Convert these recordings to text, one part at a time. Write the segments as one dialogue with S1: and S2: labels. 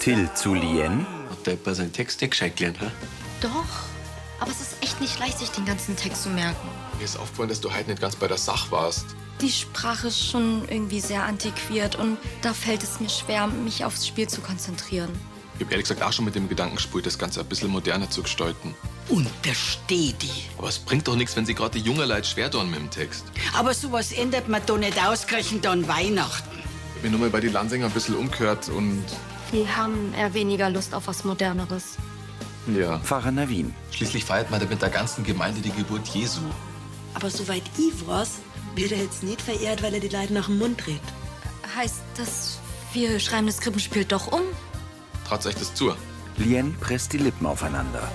S1: Till Julien,
S2: Hat der etwa seinen Text nicht gescheit gelernt, hä?
S3: Doch, aber es ist echt nicht leicht, sich den ganzen Text zu merken.
S4: Mir ist aufgefallen, dass du halt nicht ganz bei der Sache warst.
S3: Die Sprache ist schon irgendwie sehr antiquiert und da fällt es mir schwer, mich aufs Spiel zu konzentrieren.
S4: Ich habe ehrlich gesagt auch schon mit dem Gedanken gespielt, das Ganze ein bisschen moderner zu gestalten.
S5: Untersteh die.
S4: Aber es bringt doch nichts, wenn sie gerade die junge Leute schwer tun mit dem Text.
S5: Aber sowas ändert man doch nicht ausgerechnet an Weihnachten.
S4: Ich hab mich nochmal bei den Lansinger ein bisschen umgehört und
S3: Die haben eher weniger Lust auf was Moderneres.
S4: ja.
S1: Pfarrer Navin,
S2: Schließlich feiert man da mit der ganzen Gemeinde die Geburt Jesu.
S6: Aber soweit ich weiß, wird er jetzt nicht verehrt, weil er die Leute nach dem Mund redet.
S3: Heißt das, wir schreiben das Krippenspiel doch um?
S4: Traut's euch das zu.
S1: Lien presst die Lippen aufeinander.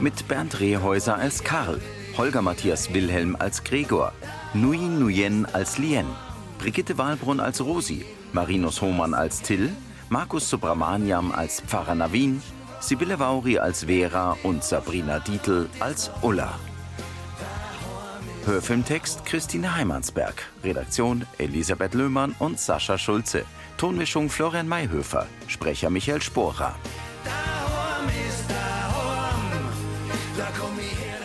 S1: Mit Bernd Rehäuser als Karl, Holger Matthias Wilhelm als Gregor, Nuyin Nuyen als Lien, Brigitte Wahlbrunn als Rosi, Marinus Hohmann als Till, Markus Subramaniam als Pfarrer Navin, Sibylle Vauri als Vera und Sabrina Dietl als Ulla. Hörfilmtext Christine Heimansberg. Redaktion Elisabeth Löhmann und Sascha Schulze. Tonmischung Florian Mayhöfer. Sprecher Michael Sporer.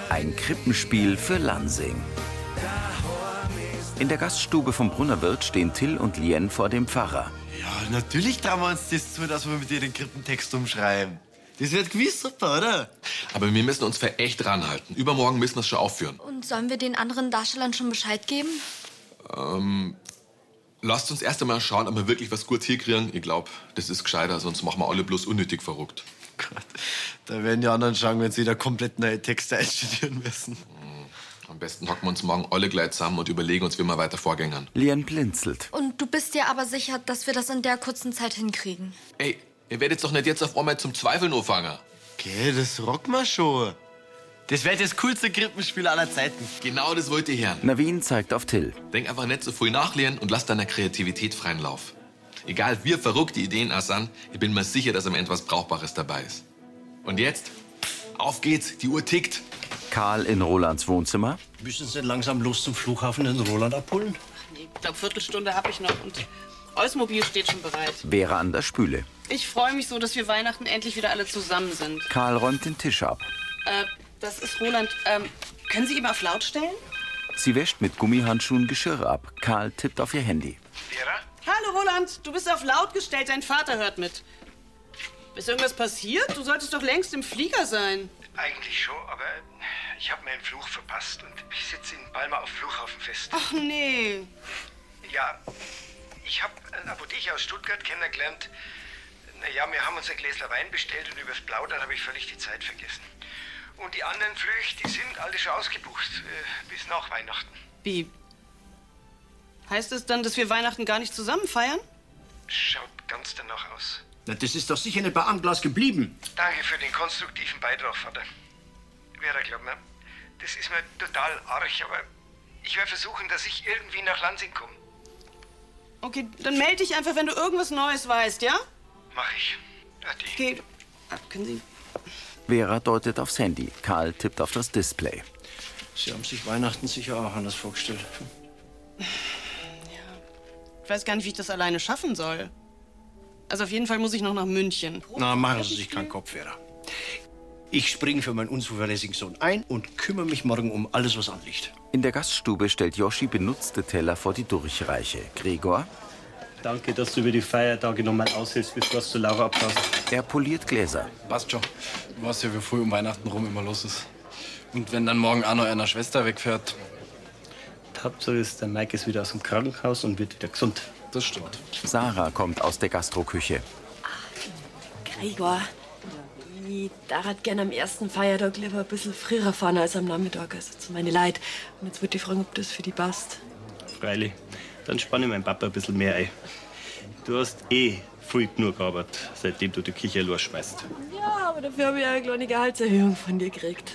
S1: Ein Krippenspiel für Lansing. In der Gaststube vom Brunnerwirt stehen Till und Lien vor dem Pfarrer.
S7: Ja, natürlich trauen wir uns das zu, dass wir mit dir den Krippentext umschreiben. Das wird gewiss super, oder?
S4: Aber wir müssen uns für echt ranhalten. Übermorgen müssen wir es schon aufführen.
S3: Und sollen wir den anderen Darstellern schon Bescheid geben?
S4: Ähm, Lasst uns erst einmal schauen, ob wir wirklich was gut hinkriegen. Ich glaube, das ist gescheiter, sonst machen wir alle bloß unnötig verrückt.
S7: Gott, da werden die anderen schauen, wenn sie da komplett neue Texte einstudieren müssen.
S4: Am besten hocken wir uns morgen alle gleich zusammen und überlegen uns, wie wir weiter vorgängern.
S1: Lien blinzelt.
S3: Und du bist dir aber sicher, dass wir das in der kurzen Zeit hinkriegen.
S4: Ey, ihr werdet doch nicht jetzt auf einmal zum Zweifeln anfangen.
S7: Okay, das rocken wir schon. Das wird das coolste Krippenspiel aller Zeiten.
S4: Genau das wollt ihr hören.
S1: Navin zeigt auf Till.
S4: Denk einfach nicht so viel nachlehnen und lass deiner Kreativität freien Lauf. Egal wie verrückt die Ideen aussahen, ich bin mir sicher, dass am Ende was Brauchbares dabei ist. Und jetzt, auf geht's, die Uhr tickt.
S1: Karl in Rolands Wohnzimmer.
S8: Müssen Sie denn langsam los zum Flughafen in Roland abholen?
S9: Ich glaube, Viertelstunde habe ich noch und Eusmobil steht schon bereit.
S1: Vera an der Spüle.
S9: Ich freue mich so, dass wir Weihnachten endlich wieder alle zusammen sind.
S1: Karl räumt den Tisch ab.
S9: Äh, das ist Roland. Ähm, können Sie ihm auf laut stellen?
S1: Sie wäscht mit Gummihandschuhen Geschirr ab. Karl tippt auf ihr Handy.
S9: Hallo Roland, du bist auf laut gestellt, dein Vater hört mit. Ist irgendwas passiert? Du solltest doch längst im Flieger sein.
S10: Eigentlich schon, aber ich habe meinen Fluch verpasst und ich sitze in Palma auf Flughafen fest.
S9: Ach nee.
S10: Ja, ich habe einen Apotheker aus Stuttgart kennengelernt. Naja, wir haben uns ein Gläsler Wein bestellt und übers Plaudern habe ich völlig die Zeit vergessen. Und die anderen Flüche, die sind alle schon ausgebucht, äh, bis nach Weihnachten.
S9: Wie? Heißt es dann, dass wir Weihnachten gar nicht zusammen feiern?
S10: Schaut ganz danach aus.
S8: Na, das ist doch sicher nicht bei Amglas geblieben.
S10: Danke für den konstruktiven Beitrag, Vater. Vera, glaub mir, das ist mir total arg, aber ich werde versuchen, dass ich irgendwie nach Lansing komme.
S9: Okay, dann melde dich einfach, wenn du irgendwas Neues weißt, ja?
S10: Mach ich. Ade.
S9: Okay. Ah, können Sie.
S1: Vera deutet aufs Handy. Karl tippt auf das Display.
S8: Sie haben sich Weihnachten sicher auch anders vorgestellt.
S9: Ich weiß gar nicht, wie ich das alleine schaffen soll. Also auf jeden Fall muss ich noch nach München.
S8: Na, machen Sie sich keinen Kopf, Vera. Ich springe für meinen unzuverlässigen Sohn ein und kümmere mich morgen um alles, was anliegt.
S1: In der Gaststube stellt Yoshi benutzte Teller vor die Durchreiche. Gregor,
S11: Danke, dass du über die Feiertage nochmal aushilfst, bevor es zu Laura abpasst.
S1: er poliert Gläser.
S12: Passt schon. Du weißt ja, wie früh um Weihnachten rum immer los ist. Und wenn dann morgen auch noch einer Schwester wegfährt,
S11: Hauptsache ist, der Mike ist wieder aus dem Krankenhaus und wird wieder gesund.
S12: das stimmt.
S1: Sarah kommt aus der Gastroküche.
S6: Gregor, ich darf gerne am ersten Feiertag lieber ein bisschen früher fahren als am Nachmittag. Also zu meine Leid. Und jetzt würde ich fragen, ob das für die passt.
S11: Freilich. Dann spanne ich meinen Papa ein bisschen mehr ein. Du hast eh viel genug gearbeitet, seitdem du die Küche losschmeißt.
S6: Ja, aber dafür habe ich eine kleine Gehaltserhöhung von dir gekriegt.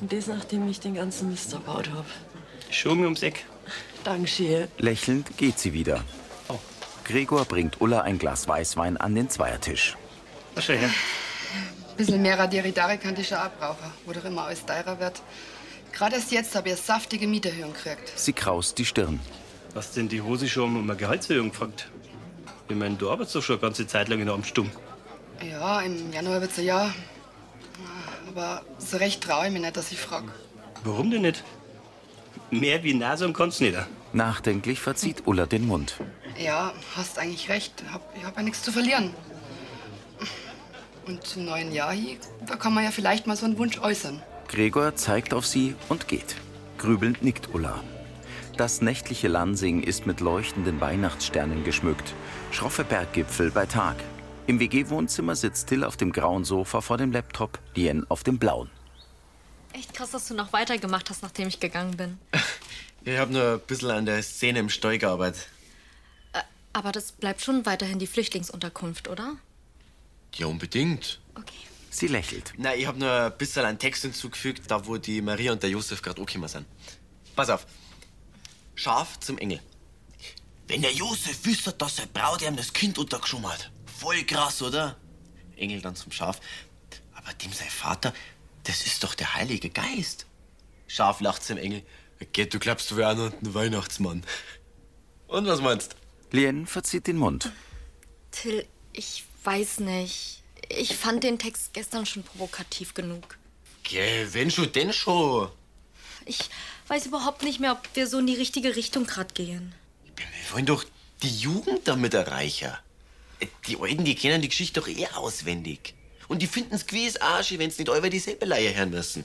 S6: Und das, nachdem ich den ganzen Mist erbaut habe.
S11: Schon ums Eck.
S6: Dankeschön.
S1: Lächelnd geht sie wieder.
S11: Oh.
S1: Gregor bringt Ulla ein Glas Weißwein an den Zweiertisch.
S11: Na, schau her.
S9: Ein bisschen mehr Radiridare kann ich schon abbrauchen, wo doch immer alles teurer wird. Gerade erst jetzt habe ich eine saftige Mieterhöhung gekriegt.
S1: Sie kraust die Stirn.
S11: Hast denn die Hose schon um eine Gehaltserhöhung gefragt? Ich meine, du arbeitest doch schon eine ganze Zeit lang in einem Stumm.
S13: Ja, im Januar wird's ein Jahr. Aber so recht traue ich mich nicht, dass ich frage.
S11: Warum denn nicht? Mehr wie Nase und kannst nicht.
S1: Nachdenklich verzieht Ulla den Mund.
S13: Ja, hast eigentlich recht. Hab, ich habe ja nichts zu verlieren. Und zum neuen Jahr hier, da kann man ja vielleicht mal so einen Wunsch äußern.
S1: Gregor zeigt auf sie und geht. Grübelnd nickt Ulla. Das nächtliche Lansing ist mit leuchtenden Weihnachtssternen geschmückt. Schroffe Berggipfel bei Tag. Im WG-Wohnzimmer sitzt Till auf dem grauen Sofa vor dem Laptop, Lien auf dem blauen.
S14: Echt krass, dass du noch weitergemacht hast, nachdem ich gegangen bin.
S7: Ich hab nur ein bisschen an der Szene im Steu gearbeitet.
S14: Aber das bleibt schon weiterhin die Flüchtlingsunterkunft, oder?
S7: Ja, unbedingt.
S1: Sie lächelt.
S7: Na, ich hab nur ein bisschen einen Text hinzugefügt, da wo die Maria und der Josef gerade angekommen sind. Pass auf. Schaf zum Engel. Wenn der Josef wüsste, dass sein Braut ihm das Kind untergeschoben hat. Voll krass, oder? Engel dann zum Schaf. Aber dem sein Vater, das ist doch der Heilige Geist. Schaf lacht zum Engel. Geht, du glaubst, du wär auch noch ein Weihnachtsmann. Und was meinst?
S1: Lien verzieht den Mund.
S14: Till, ich weiß nicht. Ich fand den Text gestern schon provokativ genug.
S7: Geh, wenn schon, denn schon.
S14: Ich weiß überhaupt nicht mehr, ob wir so in die richtige Richtung gerade gehen.
S7: Wir wollen doch die Jugend damit erreichen. Die Alten, die kennen die Geschichte doch eher auswendig. Und die finden's gewiss Arsche, wenn's nicht über dieselbe Leier hören müssen.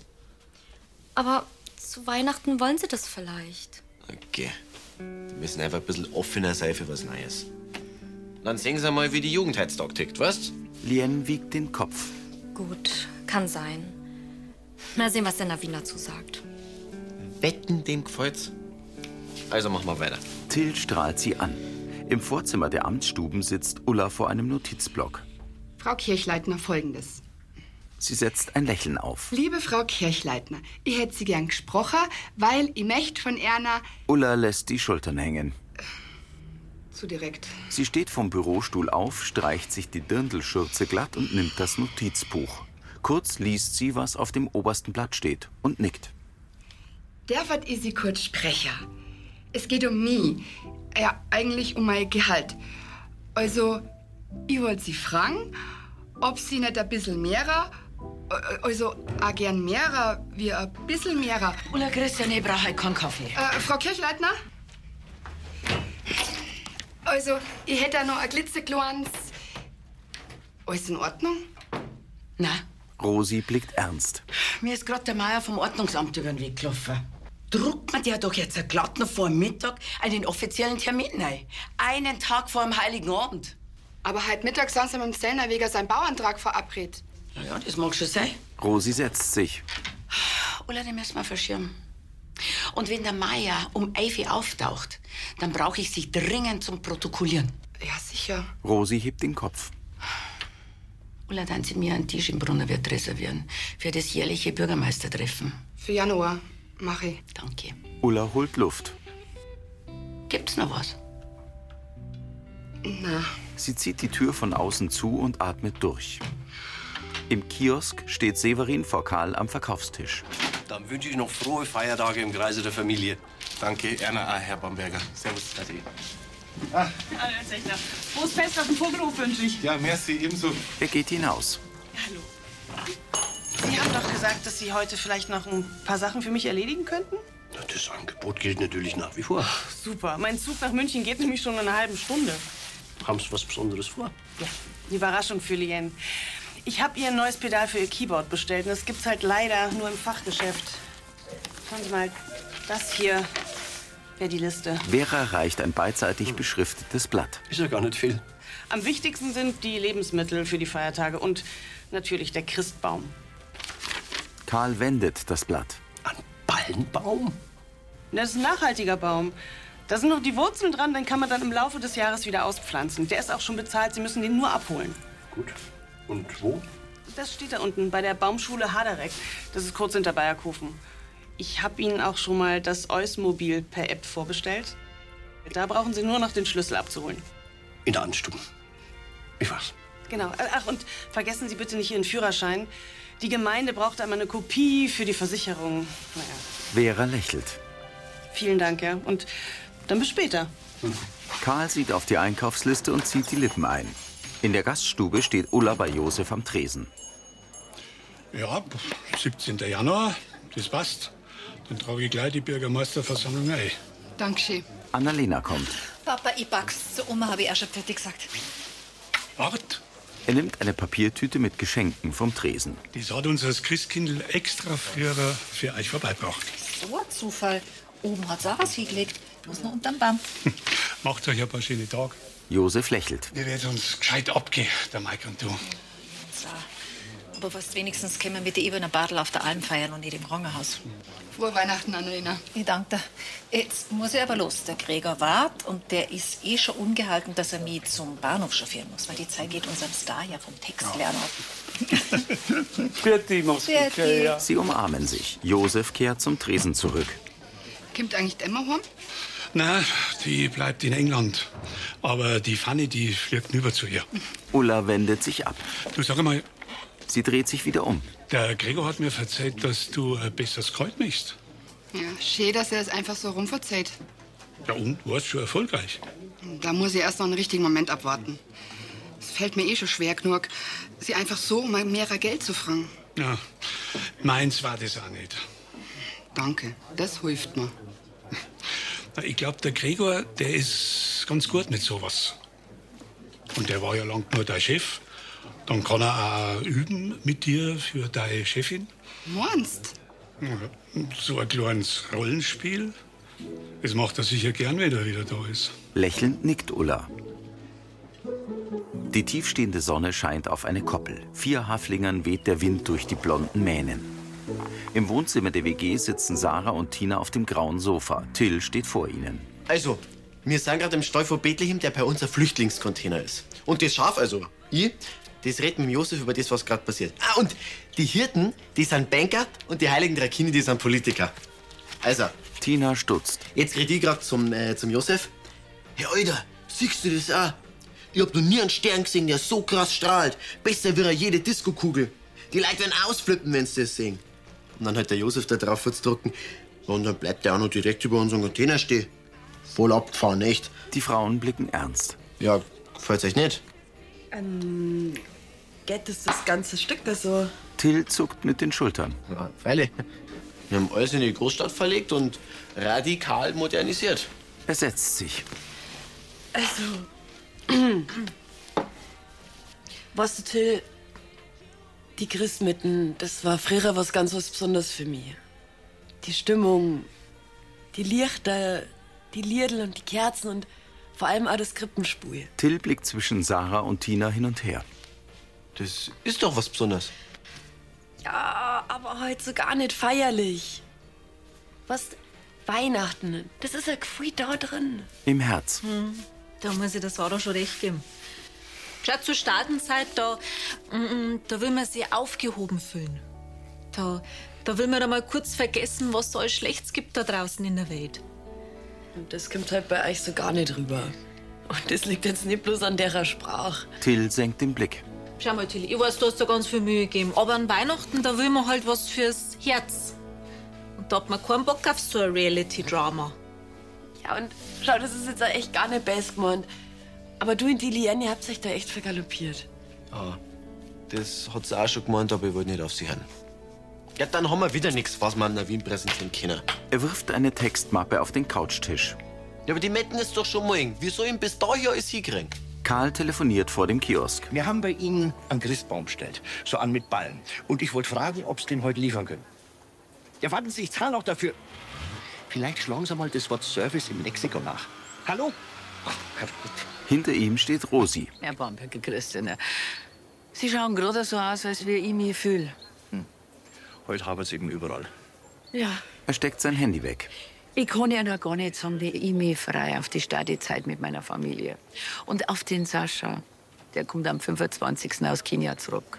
S14: Aber zu Weihnachten wollen sie das vielleicht.
S7: Okay. Wir müssen einfach ein bisschen offener sein für was Neues. Dann sehen Sie mal, wie die Jugend heutzutage tickt, weißt?
S1: Lien wiegt den Kopf.
S14: Gut, kann sein. Mal sehen, was der Navin dazu sagt.
S7: Wetten, dem gefällt's. Also machen wir weiter.
S1: Till strahlt sie an. Im Vorzimmer der Amtsstuben sitzt Ulla vor einem Notizblock.
S13: Frau Kirchleitner, folgendes.
S1: Sie setzt ein Lächeln auf.
S13: Liebe Frau Kirchleitner, ich hätte Sie gern gesprochen, weil ich möchte von Erna
S1: Ulla lässt die Schultern hängen.
S13: zu direkt.
S1: Sie steht vom Bürostuhl auf, streicht sich die Dirndlschürze glatt und nimmt das Notizbuch. Kurz liest sie, was auf dem obersten Blatt steht und nickt.
S13: Derfert ich Sie kurz sprecher. Es geht um mich. Ja, eigentlich um mein Gehalt. Also, ich wollte Sie fragen, ob Sie nicht ein bisschen mehrer, äh, also auch gern mehrer, wie ein bisschen mehrer.
S5: Ulla Christian, ich brauche keinen Kaffee.
S13: Äh, Frau Kirchleitner? Also, ich hätte da noch ein glitzekleines. Alles in Ordnung?
S1: Rosi blickt ernst.
S5: Mir ist gerade der Meier vom Ordnungsamt über den Weg gelaufen. Druckt man der doch jetzt glatt noch vor dem Mittag einen offiziellen Termin ein. Einen Tag vor dem Heiligen Abend.
S13: Aber heute Mittag sind Sie mit dem Sellner wegen seinem Bauantrag verabredet.
S5: Na ja, das mag schon sein.
S1: Rosi setzt sich.
S5: Ulla, den müssen wir verschirmen. Und wenn der Meier um 11 Uhr auftaucht, dann brauche ich sie dringend zum Protokollieren.
S13: Ja, sicher.
S1: Rosi hebt den Kopf.
S5: Ulla, dann sie mir einen Tisch im Brunnerwirt reservieren für das jährliche Bürgermeistertreffen.
S13: Für Januar mache ich.
S5: Danke.
S1: Ulla holt Luft.
S5: Gibt's noch was?
S13: Na,
S1: Sie zieht die Tür von außen zu und atmet durch. Im Kiosk steht Severin vor Karl am Verkaufstisch.
S8: Dann wünsche ich noch frohe Feiertage im Kreise der Familie.
S12: Danke, Erna
S8: ah,
S12: A. Herr Bamberger. Servus, Ade.
S9: Alles echt. Frohes Fest auf dem Vogelhof wünsche ich.
S12: Ja, merci, ebenso.
S1: Er geht hinaus.
S9: Sie haben doch gesagt, dass Sie heute vielleicht noch ein paar Sachen für mich erledigen könnten?
S8: Das Angebot gilt natürlich nach wie vor.
S9: Super. Mein Zug nach München geht nämlich schon in einer halben Stunde.
S8: Haben Sie was Besonderes vor?
S9: Ja, eine Überraschung für Lien. Ich habe ihr ein neues Pedal für ihr Keyboard bestellt. Und das gibt's halt leider nur im Fachgeschäft. Schauen Sie mal, das hier wäre die Liste.
S1: Vera reicht ein beidseitig beschriftetes Blatt.
S8: Ist ja gar nicht viel.
S9: Am wichtigsten sind die Lebensmittel für die Feiertage und natürlich der Christbaum.
S1: Karl wendet das Blatt.
S8: Ballenbaum?
S9: Das ist ein nachhaltiger Baum. Da sind noch die Wurzeln dran, den kann man dann im Laufe des Jahres wieder auspflanzen. Der ist auch schon bezahlt, Sie müssen den nur abholen.
S8: Gut. Und wo?
S9: Das steht da unten bei der Baumschule Haderek. Das ist kurz hinter Bayerkofen. Ich habe Ihnen auch schon mal das Eusmobil per App vorbestellt. Da brauchen Sie nur noch den Schlüssel abzuholen.
S8: In der Anstube. Ich weiß.
S9: Genau. Ach, und vergessen Sie bitte nicht Ihren Führerschein. Die Gemeinde braucht einmal eine Kopie für die Versicherung. Naja,
S1: Vera lächelt.
S9: vielen Dank, ja. Und Dann bis später.
S1: Karl sieht auf die Einkaufsliste und zieht die Lippen ein. In der Gaststube steht Ulla bei Josef am Tresen.
S15: Ja, 17. Januar, das passt. Dann trage ich gleich die Bürgermeisterversammlung ein.
S16: Dankeschön.
S1: Annalena kommt.
S16: Papa, ich back's. Zur Oma habe ich auch schon fertig gesagt.
S15: Wart,
S1: Er nimmt eine Papiertüte mit Geschenken vom Tresen.
S15: das hat uns als Christkindl extra früher für euch vorbeigebracht.
S16: So ein Zufall. Oben hat's auch was hingelegt. Muss noch unterm Baum.
S15: Macht euch ein paar schöne Tag.
S1: Josef lächelt.
S15: Wir werden uns gescheit abgehen, der Mike und du.
S16: So. Aber was wenigstens können wir mit der Ebener Badel auf der Alm feiern und nicht im Krankenhaus.
S13: Frohe Weihnachten, Annalena.
S16: Ich danke dir. Jetzt muss ich aber los. Der Gregor wart und der ist eh schon ungehalten, dass er mich zum Bahnhof chauffieren muss, weil die Zeit geht unserem Star ja vom Textlerner.
S17: Fertig, mach's
S16: gut, Fertig. gell, ja.
S1: Sie umarmen sich. Josef kehrt zum Tresen zurück.
S13: Kommt eigentlich die Emma heim?
S15: Na, die bleibt in England. Aber die Fanny, die fliegt über zu ihr.
S1: Ulla wendet sich ab.
S15: Du sag mal.
S1: Sie dreht sich wieder um.
S15: Der Gregor hat mir verzeiht, dass du ein besseres Kreuz mischst.
S13: Ja, schön, dass er es einfach so rumverzählt.
S15: Ja, und warst schon erfolgreich.
S13: Da muss ich erst noch einen richtigen Moment abwarten. Es fällt mir eh schon schwer genug, sie einfach so um ein mehrer Geld zu fragen.
S15: Ja, meins war das auch nicht.
S13: Danke, das hilft mir.
S15: Na, Ich glaube, der Gregor, der ist ganz gut mit sowas. Und der war ja lang nur dein Chef. Dann kann er auch üben mit dir für deine Chefin.
S13: Meinst?
S15: Ja, So ein kleines Rollenspiel. Das macht er sicher gern, wenn er wieder da ist.
S1: Lächelnd nickt Ulla. Die tiefstehende Sonne scheint auf eine Koppel. Vier Haflingern weht der Wind durch die blonden Mähnen. Im Wohnzimmer der WG sitzen Sarah und Tina auf dem grauen Sofa. Till steht vor ihnen.
S7: Also, wir sind gerade im Stall vor Bethlehem, der bei uns ein Flüchtlingscontainer ist. Und das Schaf, also, ich, das redet mit dem Josef über das, was gerade passiert. Ah, und die Hirten, die sind Banker und die heiligen Drakini, die sind Politiker. Also.
S1: Tina stutzt.
S7: Jetzt red ich gerade zum, äh, zum Josef. Hey, Alter, siehst du das auch? Ich hab noch nie einen Stern gesehen, der so krass strahlt. Besser wäre jede Diskokugel. Die Leute werden ausflippen, wenn sie das sehen. Und dann hat der Josef da drauf drücken. Und dann bleibt der auch noch direkt über unserem Container stehen. Voll abgefahren, echt.
S1: Die Frauen blicken ernst.
S7: Ja, gefällt's euch nicht?
S6: Ähm, geht das das ganze Stück da so?
S1: Till zuckt mit den Schultern.
S7: Ja, freilich. Wir haben alles in die Großstadt verlegt und radikal modernisiert.
S1: Er setzt sich.
S6: Also. weißt du, Till, die Christmitten, das war früher was ganz was Besonderes für mich. Die Stimmung, die Lichter, die Liedel und die Kerzen und vor allem auch das Krippenspiel.
S1: Till blickt zwischen Sarah und Tina hin und her.
S7: Das ist doch was Besonderes.
S6: Ja, aber heute so gar nicht feierlich. Was? Weihnachten, das ist ja Gefühl da drin.
S1: Im Herz.
S18: Hm, da muss ich der Sarah schon recht geben. Gerade zur Staatenzeit, da, mm, mm, da will man sich aufgehoben fühlen. Da, da will man einmal kurz vergessen, was es alles Schlechtes gibt da draußen in der Welt.
S6: Und das kommt halt bei euch so gar nicht rüber. Und das liegt jetzt nicht bloß an derer Sprache.
S1: Till senkt den Blick.
S18: Schau mal, Tilly, ich weiß, du hast da ganz viel Mühe gegeben. Aber an Weihnachten, da will man halt was fürs Herz. Und da hat man keinen Bock auf so ein Reality-Drama.
S6: Ja, und schau, das ist jetzt auch echt gar nicht best gemeint. Aber du und die Liane, ihr habt euch da echt vergaloppiert.
S7: Ah, das hat sie auch schon gemeint, aber ich wollte nicht auf sie hören. Ja, dann haben wir wieder nichts, was man in Wien präsentieren können.
S1: Er wirft eine Textmappe auf den Couchtisch.
S7: Ja, aber die Metten ist doch schon morgen. Wieso ihm bis dahin alles hinkriegen?
S1: Karl telefoniert vor dem Kiosk.
S8: Wir haben bei Ihnen einen Christbaum bestellt, so an mit Ballen. Und ich wollte fragen, ob Sie den heute liefern können. Ja, warten Sie, ich zahle auch dafür. Vielleicht schlagen Sie mal das Wort Service im Lexikon nach. Hallo?
S1: Hinter ihm steht Rosi.
S5: Herr Bamberger, Christian. Sie schauen gerade so aus, als wie ich mich fühle.
S8: Heute haben Sie eben überall.
S5: Ja,
S1: Er steckt sein Handy weg.
S5: ich kann ja noch gar nicht sagen, wie ich mich frei auf die Stadizeit mit meiner Familie. Und auf den Sascha. Der kommt am 25. aus Kenia zurück.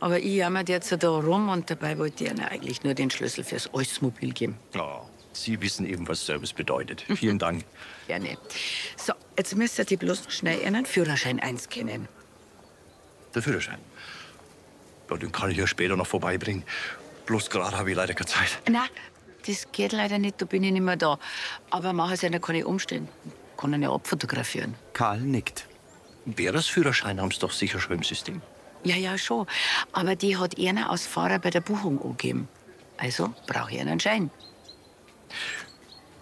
S5: Aber ich jammert jetzt so da rum und dabei wollte ich ihnen eigentlich nur den Schlüssel fürs Eusmobil geben.
S8: Ja, Sie wissen eben, was Service bedeutet. Vielen Dank.
S5: Gerne. So, jetzt müsst ihr die bloß noch schnell ihren Führerschein einscannen.
S8: Der Führerschein. Ja, den kann ich ja später noch vorbeibringen. Bloß gerade habe ich leider keine Zeit.
S5: Na, Das geht leider nicht, da bin ich nicht mehr da. Aber mache es einer keine Umstände. Kann ihn ja abfotografieren.
S1: Karl nickt.
S19: Wäre das Führerschein, haben sie doch sicher schon im System.
S5: Ja, ja, schon. Aber die hat einer als Fahrer bei der Buchung angegeben. Also brauche ich einen Schein.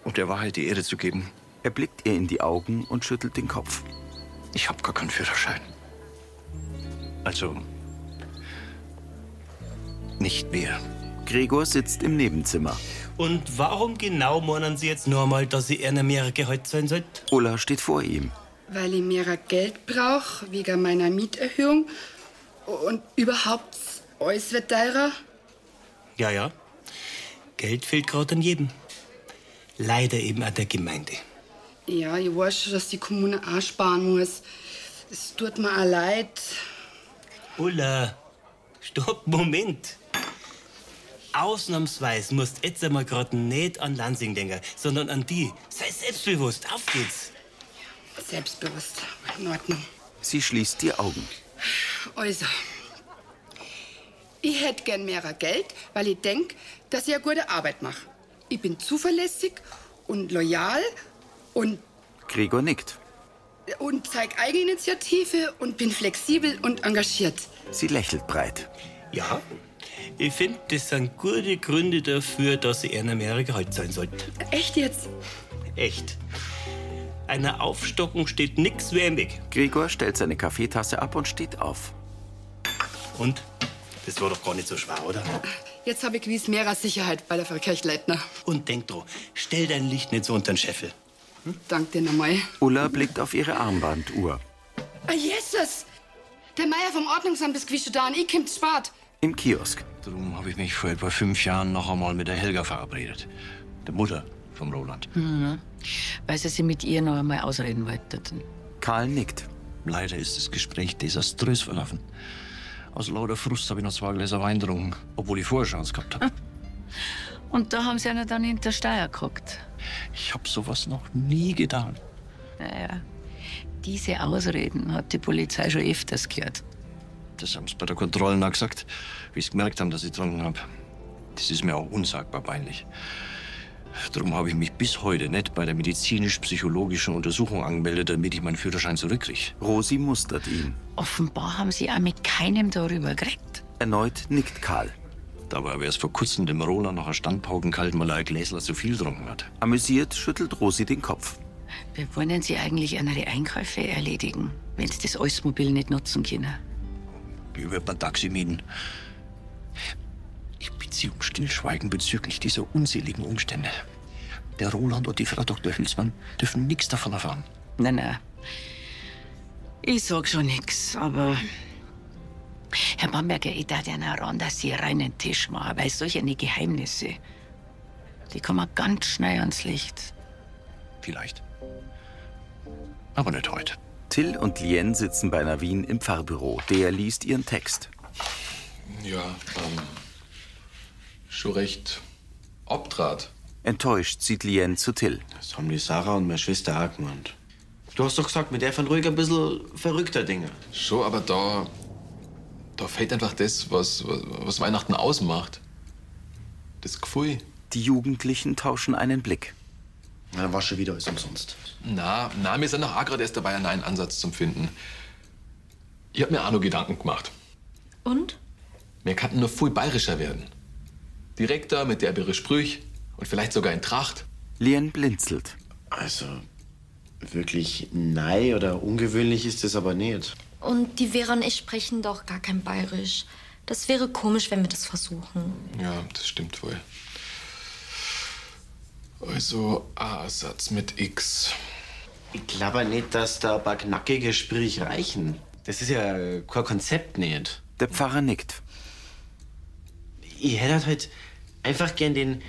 S1: Und der Wahrheit die Ehre zu geben. Er blickt ihr in die Augen und schüttelt den Kopf.
S19: Ich habe gar keinen Führerschein. Also,
S1: Nicht mehr. Gregor sitzt im Nebenzimmer.
S11: Und warum genau meinen Sie jetzt nur einmal, dass ich einer mehr Gehalt sein sollte?
S1: Ulla steht vor ihm.
S13: Weil ich mehr Geld brauche, wegen meiner Mieterhöhung. Und überhaupt, alles wird teurer.
S11: Ja, ja. Geld fehlt gerade an jedem. Leider eben an der Gemeinde.
S13: Ja, ich weiß schon, dass die Kommune auch sparen muss. Es tut mir auch leid.
S11: Ulla, stopp, Moment. Ausnahmsweise musst jetzt einmal gerade nicht an Lansing denken, sondern an die. Sei selbstbewusst, auf geht's.
S13: Selbstbewusst. In Ordnung.
S1: Sie schließt die Augen.
S13: Also, ich hätte gern mehr Geld, weil ich denke, dass ich eine gute Arbeit mache. Ich bin zuverlässig und loyal und,
S1: Gregor nickt.
S13: und zeige Eigeninitiative und bin flexibel und engagiert.
S1: Sie lächelt breit.
S11: Ja, ich finde, das sind gute Gründe dafür, dass ich einer mehr Gehalt sein sollte.
S13: Echt jetzt?
S11: Echt. Einer Aufstockung steht nichts mehr im Weg.
S1: Gregor stellt seine Kaffeetasse ab und steht auf.
S11: Und? Das war doch gar nicht so schwer, oder?
S13: Jetzt habe ich gewiss mehr Sicherheit bei der Frau Kirchleitner.
S11: Und denk dran, hm? stell dein Licht nicht so unter den Scheffel.
S13: Dank dir nochmal.
S1: Ulla blickt auf ihre Armbanduhr.
S13: Ah, Jesus! Der Meier vom Ordnungsamt ist gewiss schon da und ich komm zu spät.
S1: Im Kiosk.
S8: Darum habe ich mich vor etwa fünf Jahren noch einmal mit der Helga verabredet. Der Mutter vom Roland.
S5: Mhm. Weil sie sich mit ihr noch einmal ausreden wollten.
S1: Karl nickt.
S8: Leider ist das Gespräch desaströs verlaufen. Aus lauter Frust habe ich noch zwei Gläser Wein getrunken, obwohl ich vorher Chance gehabt habe.
S5: Und da haben sie einen dann hinter Steier gehockt.
S8: Ich habe sowas noch nie getan.
S5: Naja, diese Ausreden hat die Polizei schon öfters gehört.
S8: Das haben sie bei der Kontrolle auch gesagt, wie sie gemerkt haben, dass ich getrunken habe. Das ist mir auch unsagbar peinlich. Darum habe ich mich bis heute nicht bei der medizinisch-psychologischen Untersuchung angemeldet, damit ich meinen Führerschein zurückkriege.
S1: Rosi mustert ihn.
S5: Offenbar haben sie auch mit keinem darüber geredet.
S1: Erneut nickt Karl.
S8: Dabei habe ich erst vor kurzem dem Roland nach einer Standpauken gehalten, weil er ein Gläsler zu viel getrunken hat.
S1: Amüsiert schüttelt Rosi den Kopf.
S5: Wir wollen sie eigentlich an ihre Einkäufe erledigen, wenn sie das Eusmobil nicht nutzen können.
S8: Ich werde mein Taxi mieten. Ich bitte Sie um Stillschweigen bezüglich dieser unseligen Umstände. Der Roland und die Frau Dr. Hülsmann dürfen nichts davon erfahren.
S5: Nein, nein. Ich sag schon nix, aber. Herr Bamberger, ich darf Ihnen auch ran, dass Sie einen reinen Tisch machen, weil solche Geheimnisse, die kommen ganz schnell ans Licht.
S8: Vielleicht. Aber nicht heute.
S1: Till und Lien sitzen bei Navin im Pfarrbüro. Der liest ihren Text.
S4: Ja, ähm, schon recht obtrat.
S1: Enttäuscht sieht Lien zu Till.
S8: Das haben die Sarah und meine Schwester auch gemeint. Du hast doch gesagt, mit der von ruhig ein bisschen verrückter Dinge.
S4: Schon, aber da. Da fehlt einfach das, was, was, was Weihnachten ausmacht. Das Gefühl.
S1: Die Jugendlichen tauschen einen Blick.
S8: Na, dann war schon wieder alles umsonst.
S4: Na, na, wir sind doch auch gerade erst dabei, einen neuen Ansatz zu finden. Ich hab mir auch noch Gedanken gemacht.
S20: Und?
S4: Wir könnten nur viel bayerischer werden. Direkter, mit derbere Sprüch und vielleicht sogar in Tracht.
S1: Lien blinzelt.
S7: Also, wirklich nein oder ungewöhnlich ist es aber nicht.
S14: Und die Vera und ich sprechen doch gar kein Bayerisch. Das wäre komisch, wenn wir das versuchen.
S4: Ja, das stimmt wohl. Also A-Satz mit X.
S7: Ich glaube nicht, dass da ein paar knackige Sprüche reichen. Das ist ja kein Konzept nicht.
S1: Der Pfarrer nickt.
S7: Ich hätte halt einfach gern den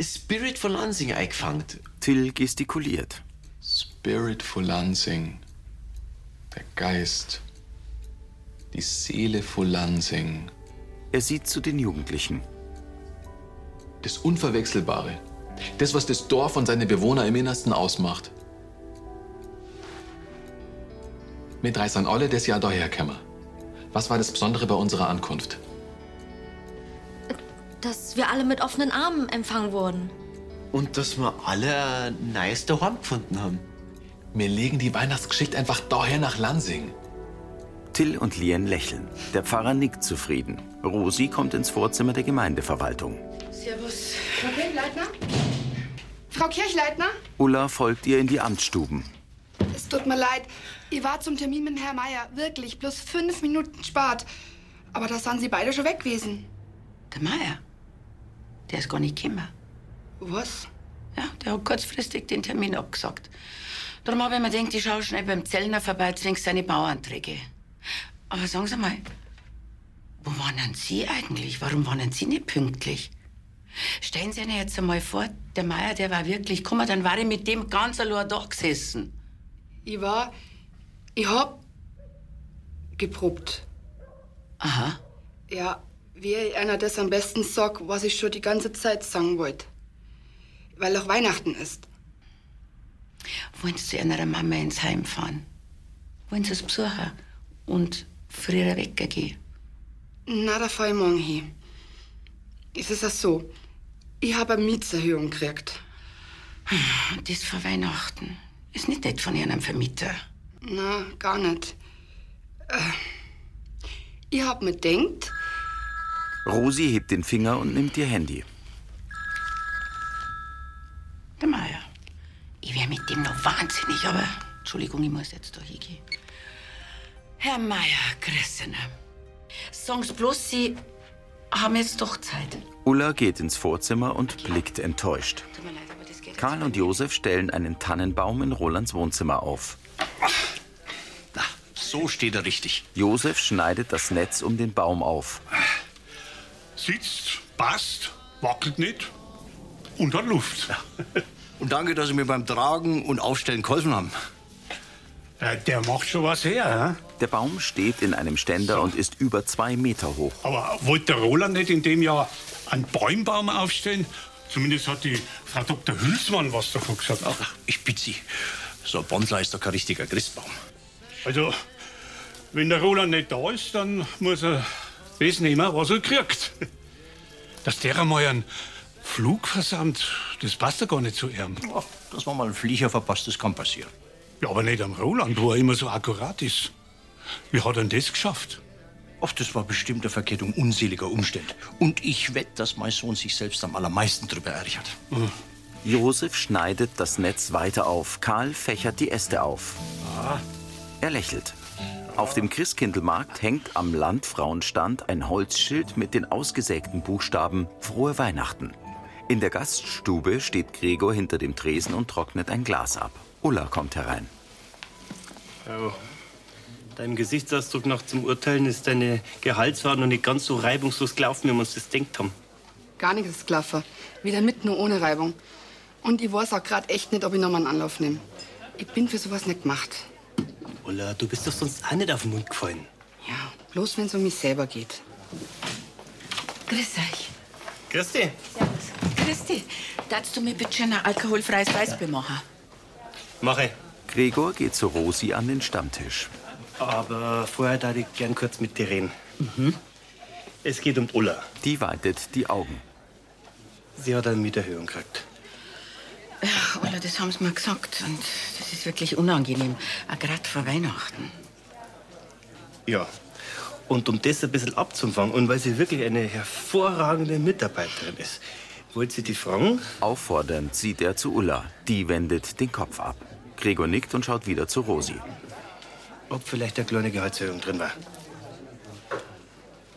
S7: Spirit von Lansing eingefangen.
S1: Till gestikuliert.
S4: Spirit for Lansing. Der Geist. Die Seele for Lansing.
S1: Er sieht zu den Jugendlichen.
S4: Das Unverwechselbare. Das, was das Dorf und seine Bewohner im Innersten ausmacht. Mit drei sind alle das Jahr daherkommen. Was war das Besondere bei unserer Ankunft?
S3: dass wir alle mit offenen Armen empfangen wurden.
S21: Und dass wir alle ein nice daheim gefunden haben.
S4: Wir legen die Weihnachtsgeschichte einfach daher nach Lansing.
S1: Till und Lien lächeln. Der Pfarrer nickt zufrieden. Rosi kommt ins Vorzimmer der Gemeindeverwaltung.
S13: Servus. Frau Kirchleitner? Frau Kirchleitner?
S1: Ulla folgt ihr in die Amtsstuben.
S13: Es tut mir leid. Ich war zum Termin mit Herrn Meier. Wirklich. Bloß fünf Minuten spart. Aber da sind Sie beide schon weg gewesen.
S5: Der Meier, der ist gar nicht gekommen.
S13: Was?
S5: Ja, der hat kurzfristig den Termin abgesagt. Darum habe ich mir gedacht, ich schaue schnell beim Zellner vorbei, zwing seine Bauanträge. Aber sagen Sie mal, wo waren denn Sie eigentlich? Warum waren denn Sie nicht pünktlich? Stellen Sie sich jetzt einmal vor, der Meier, der war wirklich gekommen, dann war ich mit dem ganz allein da gesessen.
S13: Ich war. Ich hab. geprobt.
S5: Aha.
S13: Ja, wie ich einer das am besten sagt, was ich schon die ganze Zeit sagen wollte. Weil auch Weihnachten ist.
S5: Wollen Sie zu Ihrer Mama ins Heim fahren? Wollen Sie es besuchen? Und früher weggehen?
S13: Na, da fahr ich morgen hin. Es ist auch so. Ich habe eine Mietserhöhung gekriegt.
S5: Und Ah, das vor Weihnachten. Ist nicht nett von Ihrem Vermieter.
S13: Na, gar nicht. Äh, ich hab mir denkt,
S1: Rosi hebt den Finger und nimmt ihr Handy.
S5: Der Meier. Ich wäre mit dem noch wahnsinnig, aber Entschuldigung, ich muss jetzt da hingehen. Herr Meier, Christian. Sagen Sie bloß, Sie haben jetzt doch Zeit.
S1: Ulla geht ins Vorzimmer und blickt enttäuscht. Karl und Josef stellen einen Tannenbaum in Rolands Wohnzimmer auf.
S8: So steht er richtig.
S1: Josef schneidet das Netz um den Baum auf.
S15: Sitzt, passt, wackelt nicht und hat Luft.
S8: Und danke, dass Sie mir beim Tragen und Aufstellen geholfen haben.
S15: Äh, Der macht schon was her.
S1: Der Baum steht in einem Ständer und ist über zwei Meter hoch.
S15: Aber wollte der Roland nicht in dem Jahr einen Bäumbaum aufstellen? Zumindest hat die Frau Dr. Hülsmann was davon gesagt. Ach,
S8: ich bitte Sie. So ein Bonsai ist doch kein richtiger Christbaum.
S15: Also, wenn der Roland nicht da ist, dann muss er das nehmen, was er kriegt. Dass der mal einen Flug versammt, das passt ja gar nicht zu ihm.
S8: Dass man mal einen Flieger verpasst, das kann passieren.
S15: Ja, aber nicht am Roland, wo er immer so akkurat ist. Wie hat er denn das geschafft?
S8: Ach, das war bestimmt eine Verkettung unseliger Umstände. Und ich wette, dass mein Sohn sich selbst am allermeisten drüber ärgert.
S1: Josef schneidet das Netz weiter auf. Karl fächert die Äste auf.
S15: Ah.
S1: Er lächelt. Auf dem Christkindlmarkt hängt am Landfrauenstand ein Holzschild mit den ausgesägten Buchstaben Frohe Weihnachten. In der Gaststube steht Gregor hinter dem Tresen und trocknet ein Glas ab. Ulla kommt herein.
S11: Oh. Deinem Gesichtsausdruck nach zum Urteilen ist deine Gehaltswahl noch nicht ganz so reibungslos gelaufen, wie wir uns das denkt haben.
S13: Gar nichts ist gelaufen. Weder mit nur ohne Reibung. Und ich weiß auch gerade echt nicht, ob ich nochmal einen Anlauf nehme. Ich bin für sowas nicht gemacht.
S22: Ulla, du bist doch sonst auch nicht auf den Mund gefallen.
S13: Bloß wenn es um mich selber geht.
S5: Grüß euch.
S22: Grüß dich.
S5: Christi, darfst du mir bitte schön ein alkoholfreies Weißbier machen?
S1: Mache. Gregor geht zu Rosi an den Stammtisch.
S22: Aber vorher darf ich gern kurz mit dir reden. Es geht um die Ulla.
S1: Mhm. Die weitet die Augen.
S22: Sie hat eine Mieterhöhung gekriegt.
S5: Ja, Ulla, das haben sie mir gesagt. Und das ist wirklich unangenehm. Auch gerade vor Weihnachten.
S22: Ja. Und um das ein bisschen abzufangen und weil sie wirklich eine hervorragende Mitarbeiterin ist, wollte sie die fragen.
S1: Auffordernd sieht er zu Ulla. Die wendet den Kopf ab. Gregor nickt und schaut wieder zu Rosi.
S22: ob vielleicht eine kleine Gehaltserhöhung drin war.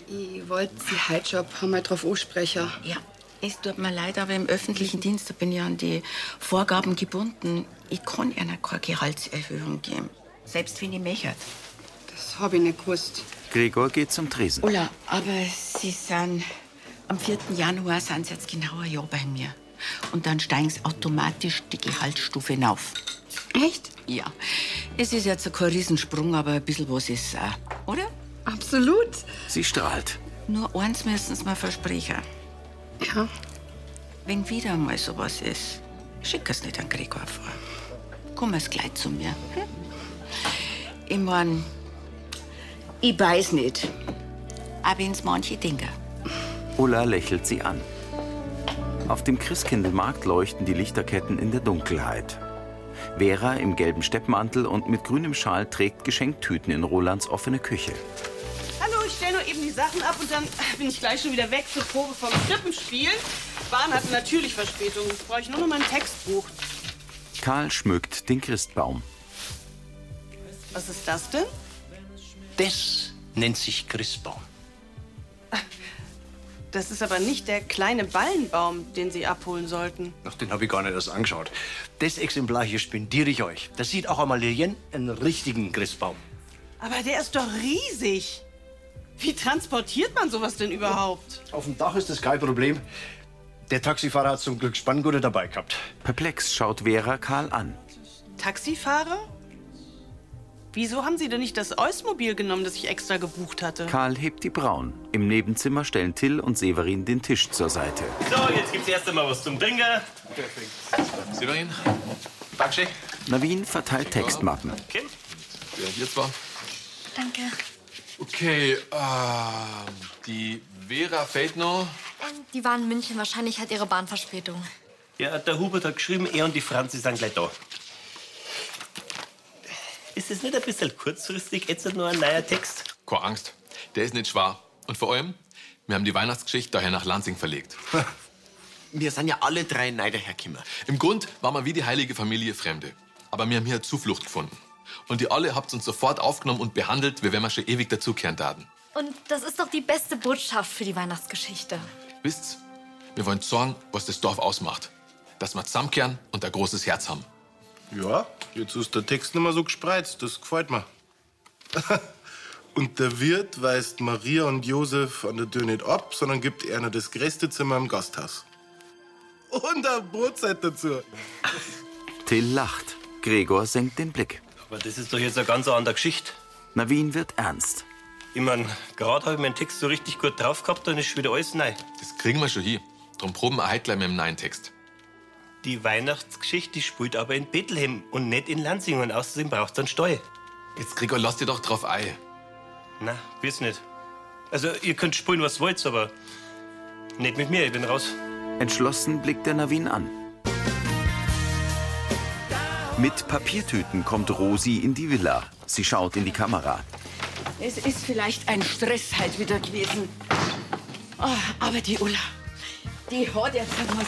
S13: Ich wollte Sie heute schon ein paar Mal drauf ansprechen.
S5: Ja. Es tut mir leid, aber im öffentlichen Dienst da bin ich an die Vorgaben gebunden. Ich kann einer keine Gehaltserhöhung geben. Selbst wenn ich mechert.
S13: Das habe ich nicht gewusst.
S1: Gregor geht zum Tresen.
S5: Ulla, aber Sie sind am 4. Januar sind Sie jetzt genau ein Jahr bei mir. Und dann steigen Sie automatisch die Gehaltsstufe hinauf.
S13: Echt?
S5: Ja. Es ist jetzt kein Riesensprung, aber ein bisschen was ist auch. Oder?
S13: Absolut.
S1: Sie strahlt.
S5: Nur eins müssen Sie mir versprechen.
S13: Ja.
S5: Wenn wieder mal sowas ist, schick es nicht an Gregor vor. Komm es gleich zu mir. Hm? Ich mein, ich weiß nicht. Aber wenn's manche Dinge.
S1: Ulla lächelt sie an. Auf dem Christkindlmarkt leuchten die Lichterketten in der Dunkelheit. Vera im gelben Steppmantel und mit grünem Schal trägt Geschenktüten in Rolands offene Küche.
S9: Hallo, ich stelle nur eben die Sachen ab und dann bin ich gleich schon wieder weg zur Probe vom Krippenspiel. Bahn hatte natürlich Verspätung. Jetzt brauche ich nur noch mein Textbuch.
S1: Karl schmückt den Christbaum.
S9: Was ist das denn?
S8: Das nennt sich Christbaum.
S9: Das ist aber nicht der kleine Ballenbaum, den Sie abholen sollten.
S8: Ach, den habe ich gar nicht erst angeschaut. Das Exemplar hier spendiere ich euch. Das sieht auch einmal Lilien einen richtigen Christbaum.
S9: Aber der ist doch riesig. Wie transportiert man sowas denn überhaupt?
S8: Auf dem Dach ist das kein Problem. Der Taxifahrer hat zum Glück Spanngurte dabei gehabt.
S1: Perplex schaut Vera Karl an.
S9: Taxifahrer? Wieso haben Sie denn nicht das Eusmobil genommen, das ich extra gebucht hatte?
S1: Karl hebt die Brauen. Im Nebenzimmer stellen Till und Severin den Tisch zur Seite.
S11: So, jetzt gibt's erst einmal was zum Trinken.
S4: Severin, Dankeschön.
S1: Navin verteilt Textmappen.
S4: Ja, hier zwar.
S14: Danke.
S4: Okay, ähm, die Vera fällt noch.
S14: Ähm, die waren in München. Wahrscheinlich hat ihre Bahn Verspätung.
S11: Ja, der Hubert hat geschrieben, er und die Franzi sind gleich da. Ist es nicht ein bisschen kurzfristig? Jetzt nur ein neuer Text.
S4: Keine Angst, der ist nicht schwer. Und vor allem, wir haben die Weihnachtsgeschichte daher nach Lansing verlegt.
S7: Wir sind ja alle drei Neider hergekommen.
S4: Im Grund war man wie die heilige Familie Fremde. Aber wir haben hier Zuflucht gefunden. Und ihr alle habt uns sofort aufgenommen und behandelt, wie wenn wir schon ewig dazukehren taten.
S14: Und das ist doch die beste Botschaft für die Weihnachtsgeschichte.
S4: Wisst's? Wir wollen sagen, was das Dorf ausmacht. Dass wir zusammenkehren und ein großes Herz haben.
S22: Ja, jetzt ist der Text nicht mehr so gespreizt. Das gefällt mir. und der Wirt weist Maria und Josef an der Tür nicht ab, sondern gibt ihnen das größte Zimmer im Gasthaus. Und eine Brotzeit dazu.
S1: Till lacht. Gregor senkt den Blick.
S11: Aber das ist doch jetzt eine ganz andere Geschichte.
S1: Navin wird ernst.
S11: Ich meine, gerade habe ich meinen Text so richtig gut drauf gehabt, dann ist schon wieder alles neu.
S4: Das kriegen wir schon hin. Drum proben wir heute gleich mit dem neuen Text.
S11: Die Weihnachtsgeschichte die spielt aber in Bethlehem und nicht in Lansing. Und außerdem braucht es einen Stall.
S4: Jetzt, Gregor, lass dir doch drauf ein.
S11: Na, wir's nicht. Also, ihr könnt spielen, was wollt, aber nicht mit mir. Ich bin raus.
S1: Entschlossen blickt er Navin an. Mit Papiertüten kommt Rosi in die Villa. Sie schaut in die Kamera.
S5: Es ist vielleicht ein Stress halt wieder gewesen. Ah, aber die Ulla, die hat jetzt einmal.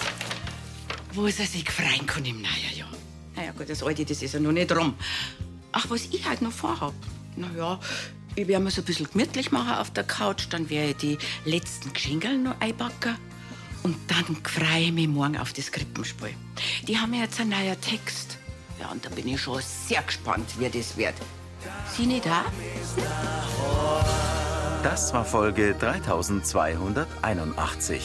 S5: Wo ist er sich freien kann im Neuer Jahr? Na ja, gut, das Alte, das ist ja noch nicht rum. Ach, was ich halt noch vorhab? Na ja, ich werde mir so ein bisschen gemütlich machen auf der Couch, dann werde ich die letzten Geschenke noch einpacken. Und dann freue ich mich morgen auf das Krippenspiel. Die haben ja jetzt einen neuen Text. Ja, und da bin ich schon sehr gespannt, wie das wird. Sie nicht da?
S1: Das war Folge 3281.